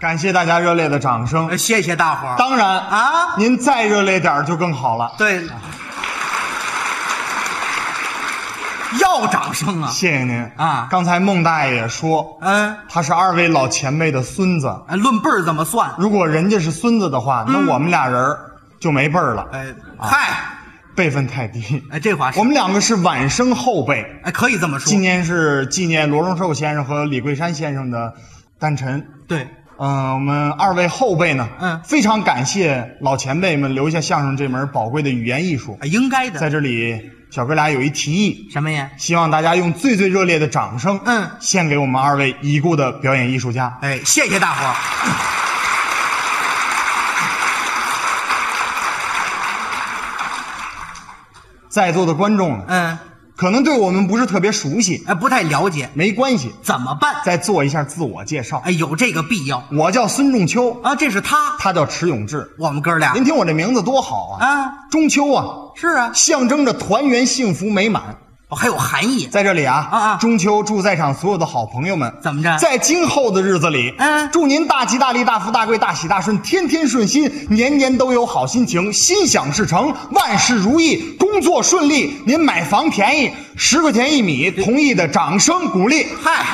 感谢大家热烈的掌声呃。谢谢大伙儿。当然啊您再热烈点儿就更好了。对，要掌声啊！谢谢您啊刚才孟大爷也说，嗯，他是二位老前辈的孙子，哎论辈儿怎么算？如果人家是孙子的话，嗯那我们俩人儿就没辈儿了，哎，嗨，辈分太低。哎，这话啊是我们两个是晚生后辈，哎，可以这么说今。年是纪念罗荣寿先生和李桂山先生的诞辰。对，嗯、我们二位后辈呢，嗯非常感谢老前辈们留下相声这门宝贵的语言艺术。哎应该在的。这里，小哥俩有一提议，什么呀？希望大家用最最热烈的掌声，嗯献给我们二位已故的表演艺术家。哎，谢谢大伙儿。在座的观众呢，嗯，可能对我们不是特别熟悉，哎，不太了解，没关系，怎么办？再做一下自我介绍。哎，有这个必要我叫孙仲秋，啊。这是他，他叫迟永志。我们哥俩您听我这名字多好啊！啊，中秋啊，是啊，象征着团圆、幸福、美满。哦还有含义。在这里啊，啊啊中秋祝在场所有的好朋友们怎么着在今后的日子里，嗯祝您大吉大利、大富大贵、大喜大顺，天天顺心，年年都有好心情，心想事成，万事如意，工作顺利，您买房便宜，十块钱一米，同意的掌声鼓励。嗨，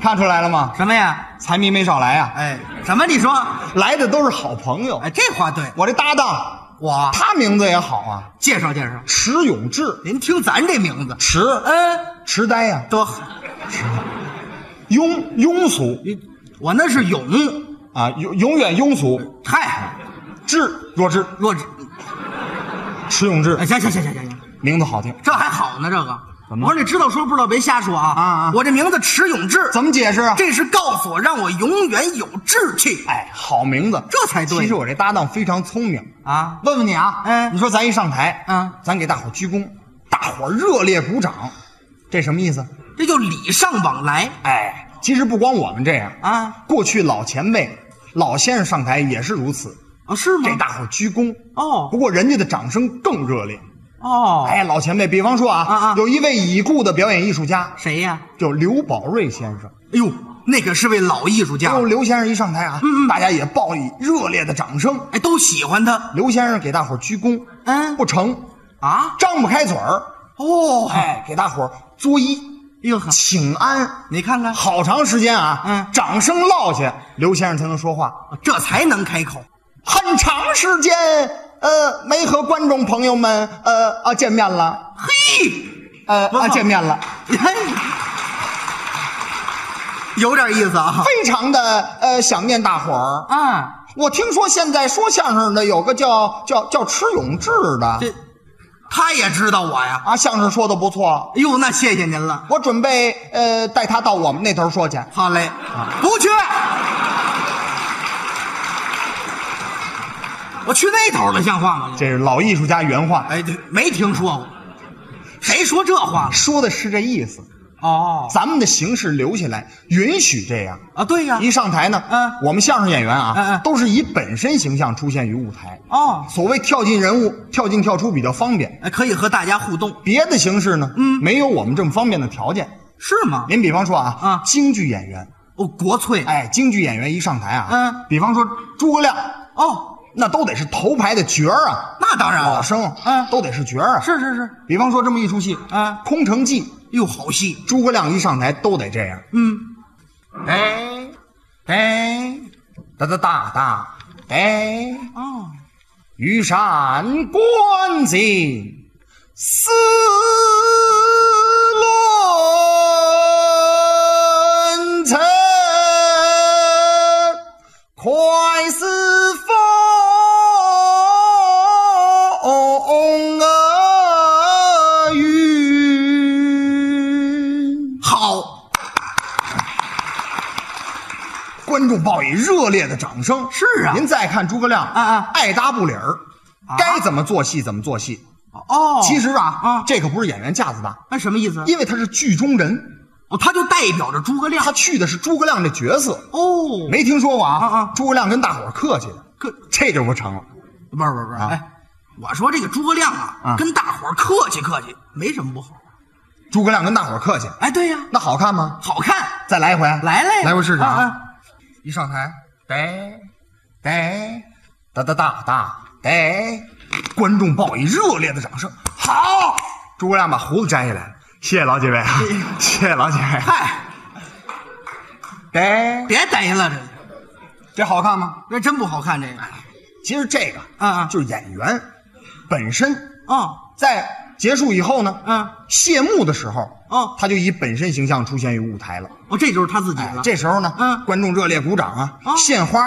看出来了吗？什么呀？财迷没少来啊，哎，什么？你说？来的都是好朋友。哎，这话对。我这搭档，我他名字也好啊，介绍介绍，迟永志，您听咱这名字，迟嗯，痴呆呀、多好。庸庸俗你我那是勇，啊，永永远庸俗，嗨，志弱智，弱智。迟永志哎，，行行行行行行。名字好听，这还好呢，这个怎么我说你知道说不知道，别瞎说啊啊啊我这名字迟永志，怎么解释啊？这是告诉我让我永远有志气哎，好名字，这才对其实我这搭档非常聪明，啊！问问你啊，嗯你说咱一上台，嗯咱给大伙鞠躬，大伙热烈鼓掌，这什么意思？这就礼尚往来哎，其实不光我们这样，啊！过去老前辈、老先生上台也是如此，哦，是吗？给大伙鞠躬。哦不过人家的掌声更热烈。哦，哎，老前辈，比方说啊，啊啊有一位已故的表演艺术家，谁呀？叫刘宝瑞先生。哎呦，那个是位老艺术哎家呦，，刘先生一上台啊，嗯嗯大家也报以热烈的掌声。哎，都喜欢他刘先生给大伙儿鞠躬，嗯不成，啊！张不开嘴儿，哦，哎哎，给大伙儿作揖呦呵，请安，你看看，好长时间啊，嗯掌声落下，刘先生才能说话。这才能开口。很长时间，呃，没和观众朋友们，呃啊见面了，嘿，呃不啊见面了，嘿， 有点意思啊非常的呃想念大伙儿。啊！我听说现在说相声的有个叫叫叫迟永志的这他也知道我呀。啊，相声说的不错，哎呦，那谢谢您了。我准备呃带他到我们那头说去。好嘞，不去，我去那头了，像话吗？这是老艺术家原话，哎，对，没听说过，谁说这话了？说的是这意思。哦，咱们的形式留下来，允许这样。啊，对呀、一上台呢，嗯我们相声演员啊，嗯嗯都是以本身形象出现于舞台。哦，所谓跳进人物，跳进跳出比较方便。哎，可以和大家互动，别的形式呢，嗯没有我们这么方便的条件。是吗？您比方说啊，啊京剧演员，哦，国粹，哎，京剧演员一上台啊，嗯，比方说诸葛亮，哦，那都得是头牌的角儿啊，那当然老了，生，嗯都得是角儿啊。是是是，比方说这么一出戏，嗯空城计》，哟，好戏，诸葛亮一上台都得这样，嗯，哎，哎，哒哒哒哒，哎，哦，羽扇纶巾丝乱尘，快似风儿云。好，观众报以热烈的掌声。是啊您再看诸葛亮，啊啊爱搭不理儿，啊该怎么做戏怎么做戏。哦，其实啊，啊这可不是演员架子大，那什么意思？因为他是剧中人，哦，他就代表着诸葛亮他，去的是诸葛亮这角色。哦，没听说过啊？啊啊诸葛亮跟大伙儿客气的，可这就不成了。不是不是不是，啊哎，我说这个诸葛亮啊，啊跟大伙儿客气客气，没什么不好。诸葛亮跟大伙儿客气，哎，对呀，那好看吗？好看，再来一回，来来来回试试啊啊啊！一上台，得得哒哒哒哒得，观众报以热烈的掌声。好，诸葛亮把胡子摘下来了，谢谢老几位啊，谢谢老几位。哎嗨，得，别逮了，这这好看吗？这真不好看，这个其实这个啊啊就是演员本身哦在结束以后呢，嗯谢幕的时候，哦他就以本身形象出现于舞台了。哦，这就是他自己了，哎这时候呢，嗯观众热烈鼓掌啊，哦献花。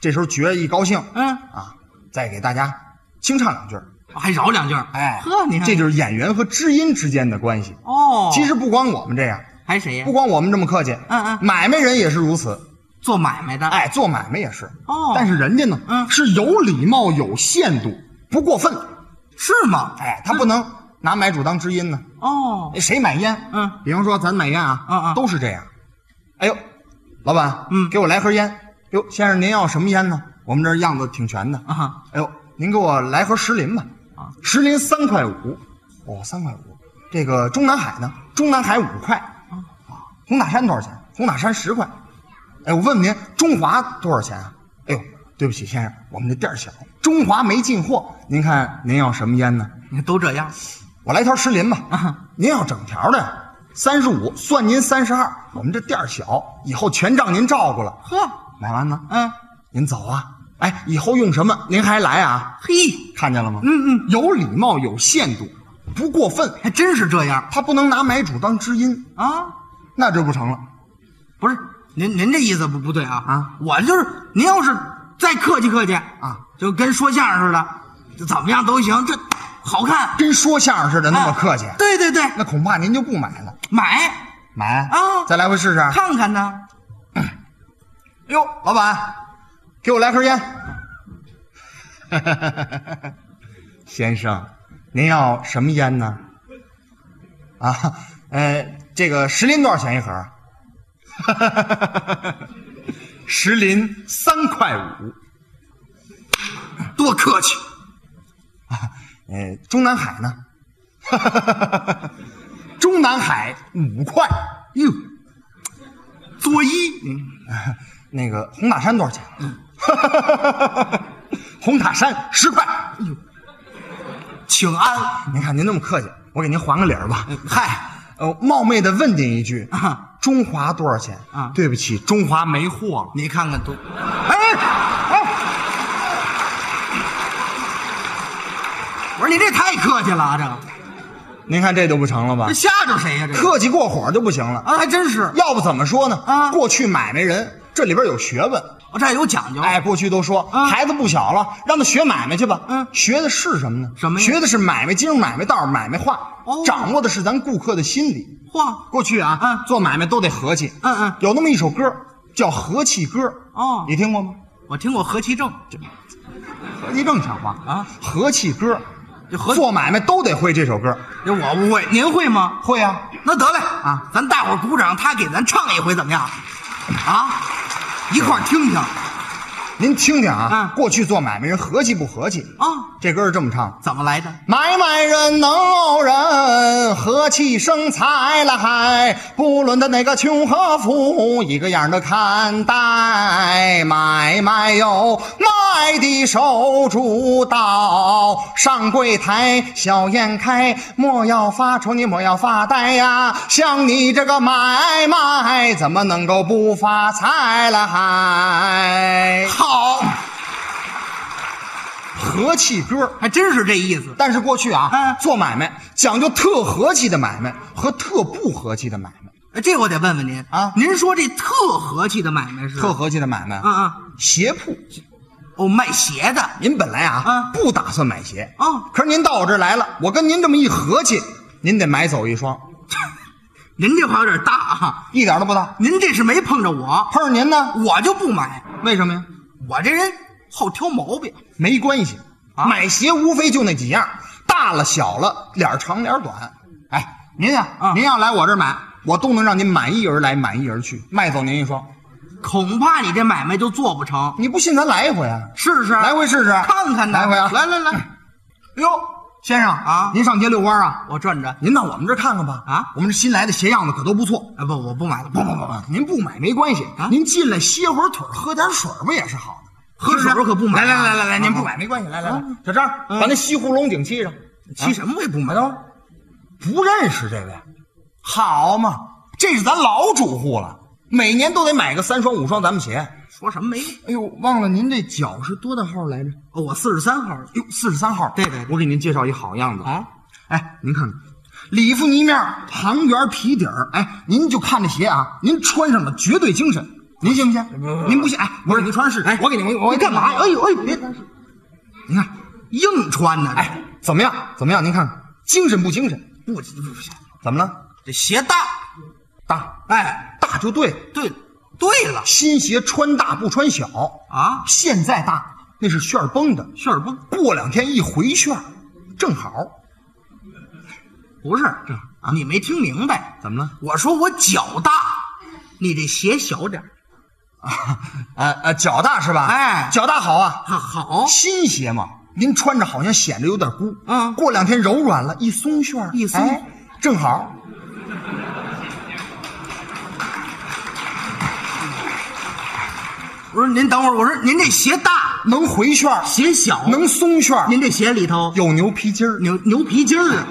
这时候爵一高兴，嗯哦啊，再给大家清唱两句儿。还饶两句儿，哎，呵，你看这就是演员和知音之间的关系。哦，其实不光我们这样，还谁呀不？光我们这么客气，嗯嗯买卖人也是如此。做买卖的，哎，做买卖也是。哦但是人家呢，嗯是有礼貌、有限度，不过分。是吗？哎，他不能拿买主当知音呢。哦，谁买烟？嗯，比方说咱买烟啊，嗯嗯都是这样。哎呦，老板，嗯给我来盒烟。哟，先生您要什么烟呢？我们这儿样子挺全的啊哈。哎呦，您给我来盒石林吧。啊，石林三块五。哦，三块五。这个中南海呢？中南海五块。啊，红塔山多少钱？红塔山十块。哎，我问问您，中华多少钱啊？哎呦，对不起，先生，我们这店儿小，中华没进货。您看您要什么烟呢？你看都这样，我来条石林吧啊。您要整条的，三十五，算您三十二。我们这店儿小，以后全仗您照顾了。呵，买完呢，嗯，您走啊。哎，以后用什么您还来啊？嘿，看见了吗？嗯嗯，有礼貌，有限度，不过分。还真是这样他不能拿买主当知音，啊！那就不成了。不是，您您这意思不不对啊啊！我就是您要是再客气客气啊，就跟说相声似的，就怎么样都行，这好看，跟说相声似的那么客气，哎对对对，那恐怕您就不买了。买买啊再来回试试。哎看看呢，呦，老板，给我来盒烟。 先生，您要什么烟呢？啊，呃，这个石林多少钱一盒？ 石林三块五。多客气，呃，中南海呢？ 中南海五块，哟，作揖，嗯那个红塔山多少钱？嗯 红塔山十块。请安，您看您那么客气，我给您还个礼儿吧。嗯嗨，呃，冒昧的问您一句，啊中华多少钱？啊对不起，中华没货了。你看看都，哎哎，我说你这太客气了啊，这个您看这就不成了吧这？吓着谁呀、这个客气过火就不行了。啊，还真是，要不怎么说呢？啊过去买卖人这里边有学问。我这还有讲究，哎，，过去都说、啊孩子不小了，让他学买卖去吧。嗯学的是什么呢？什么呀学的是买卖经、买卖道、买卖话，哦掌握的是咱顾客的心理。嚯，过去啊，嗯做买卖都得和气。嗯嗯有那么一首歌叫《和气歌》，哦你听过吗？我听过和气正，和气正常话啊，和气歌，这和做买卖都得会这首歌。这我不会，您会吗？会啊，那得嘞啊，咱大伙儿鼓掌，他给咱唱一回怎么样？啊，一块儿听听您听听啊，嗯过去做买卖人和气不和气？啊，这歌是这么唱的。怎么来的？买卖人能偶人，和气生财了还，不论他哪个穷和富，一个样的看待。买卖有卖的手主导，上柜台小宴开，莫要发愁，你莫要发呆呀，像你这个买卖，怎么能够不发财了还？好，和气歌。还真是这意思。但是过去啊，嗯做买卖讲究特和气的买卖和特不和气的买卖。哎这我得问问您啊您说这特和气的买卖是？特和气的买卖，啊啊，鞋铺。哦，卖鞋的您本来啊，嗯不打算买鞋哦 可是您到我这儿来了，我跟您这么一和气，您得买走一双，您这话有点大啊！一点都不大。您这是没碰着我，碰上您呢，我就不买。为什么呀？我这人好挑毛病，没关系，啊买鞋无非就那几样，大了小了，脸儿长脸儿短。哎，您呀、嗯您要来我这儿买，我都能让您满意而来，满意而去，卖走您一双。恐怕你这买卖就做不成，你不信，咱来一回啊。试试。来回试试，看看呢。来回啊，来来来，哎呦，先生啊您上街遛弯啊？我转转您到我们这儿看看吧。啊我们这新来的鞋样子可都不错。啊，不，我不买了，不不不不，您不买没关系啊您进来歇会儿腿儿，喝点水儿不也是好的？喝水儿可不买啊来来来来来，您不啊买没关系。来来来，小张，把那西湖龙井嗯啊沏上。啊骑什么我也不买。不认识这位，好嘛，这是咱老主户了，每年都得买个三双五双咱们鞋。说什么没用？哎呦，忘了您这脚是多大号来着？哦，我四十三号哟，四十三号。对对对我给您介绍一好样子。啊，哎，您看看，里夫呢面儿，旁圆皮底儿。哎，您就看这鞋啊，您穿上了绝对精神。您信不信？您不信？哎，不是您穿试试。哎，我给您，我我你干嘛呀？哎呦哎呦，别，您看，硬穿呢，哎，怎么样？怎么样？您看看，精神不精神？这不不不行，怎么了？这鞋大，大哎，大就对了，对对了新鞋穿大不穿小。啊，现在大那是旋儿绷的，旋儿绷过两天一回旋儿，正好。不是这你没听明白？怎么了？我说我脚大，你这鞋小点儿啊啊，脚大是吧？哎脚大好啊，啊，好，新鞋嘛，您穿着好像显得有点箍。嗯过两天柔软了，一松旋儿一松哎正好。我说您等会儿，我说您这鞋大，能回旋儿，鞋小，能松旋儿，嗯您这鞋里头有牛皮筋儿。牛牛皮筋儿啊，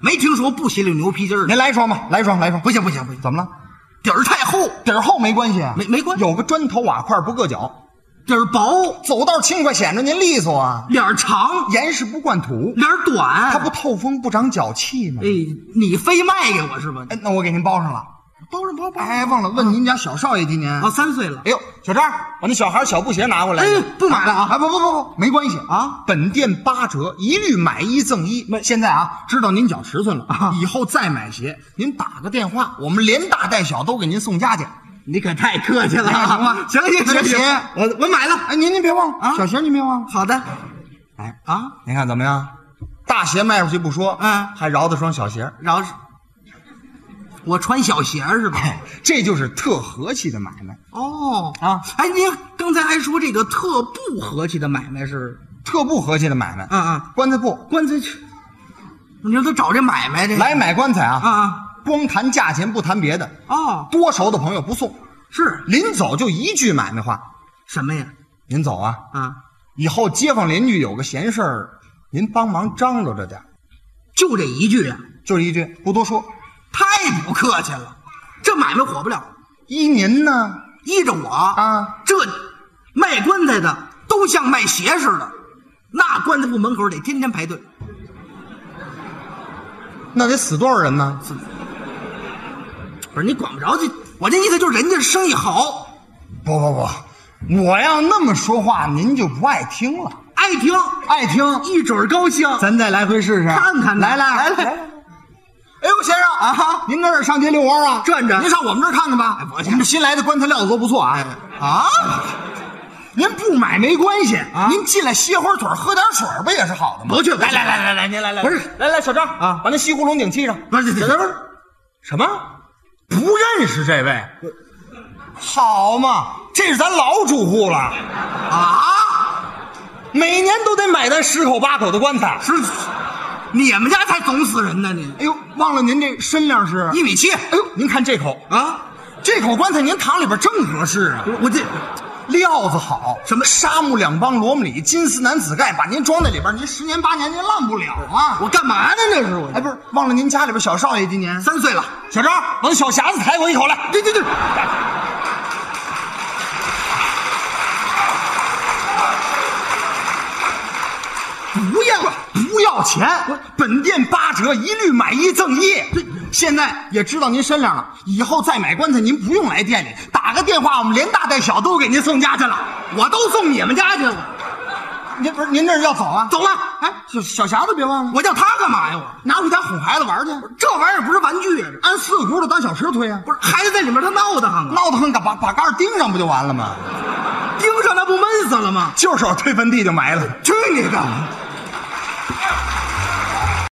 没听说不鞋里有牛皮筋儿的，您来一双吧，来一双，来一双。不行不行不行，怎么了？底儿太厚，底儿厚没关系啊，没没关系有个砖头瓦块不硌脚，底儿薄，走道轻快，显着您利索啊。脸儿长，严实不灌土，脸儿短，它不透风，不长脚气吗嗯哎？，你非卖给我是吧？哎，那我给您包上了。包上包包哎，忘了问您家小少爷今年？啊，三岁了哎，呦，小张，把那小孩小布鞋拿过来。哎不买了啊哎，不不不不，没关系啊，本店八折，一律买一赠一。现在啊，知道您脚尺寸了，以后再买鞋，您打个电话，我们连大带小都给您送家去。你可太客气了哎行吧行行行行行，我我买了。哎，您您别忘了啊小鞋您别忘了。好的，哎，啊，您看怎么样？大鞋卖出去不说，嗯还饶的双小鞋，然后是我穿小鞋儿是吧？哎， 这就是特和气的买卖，哦啊，哎，您刚才还说这个特不和气的买卖是，特不和气的买卖。嗯嗯，棺材铺棺材去，你说他找这买卖这来买棺材啊啊光谈价钱不谈别的，哦，多熟的朋友不送，是临走就一句买卖话：什么呀？您走啊，啊，以后街坊邻居有个闲事儿，您帮忙张罗着点儿，就这一句啊，就一句，不多说。太不客气了，这买卖火不了。依您呢？依着我啊，这卖棺材的都像卖鞋似的，那棺材铺门口得天天排队。那得死多少人呢？不是你管不着这，我这意思就是人家生意好，不不不，我要那么说话，您就不爱听了。爱听，爱听，一准儿高兴。咱再来回试试，看看呢来来来来来。哎呦，先生啊您这是上街遛弯啊？转转您上我们这儿看看吧。哎我我去啊们这新来的棺材料子都不错啊。啊，您不买没关系，您进来歇会儿腿儿，喝点水儿不也是好的吗？不去不去来来来来来，您来来，不是来来小张啊把那西湖龙井沏上。不是小张，不是什么？不认识这位？好嘛，这是咱老主户了，啊，每年都得买咱十口八口的棺材。是你们家才总死人呢，你哎呦，忘了您这身量是？一米七哎呦，您看这口，啊，这口棺材您躺里边正合适啊。我我这料子好，什么沙木两帮罗木里，金丝楠子盖，把您装在里边，您十年八年您烂不了啊！我干嘛呢？这是我哎，不是，忘了您家里边小少爷今年三岁了，小张，往小匣子抬我一口来。对对对，不要不要钱，本店八折，一律买一赠一。现在也知道您身量了，以后再买棺材您不用来店里，打个电话，我们连大带小都给您送家去了。我都送你们家去了，您不是您这是要走啊？走了，哎，小小匣子别忘了，我叫他干嘛呀？我拿回家哄孩子玩去，这玩意儿不是玩具啊，这按四个轱辘当小车推啊。不是孩子在里面他闹得慌啊，闹得很，把把杆儿钉上不就完了吗？盯上那不闷死了吗？就手推坟地就埋了。去你的！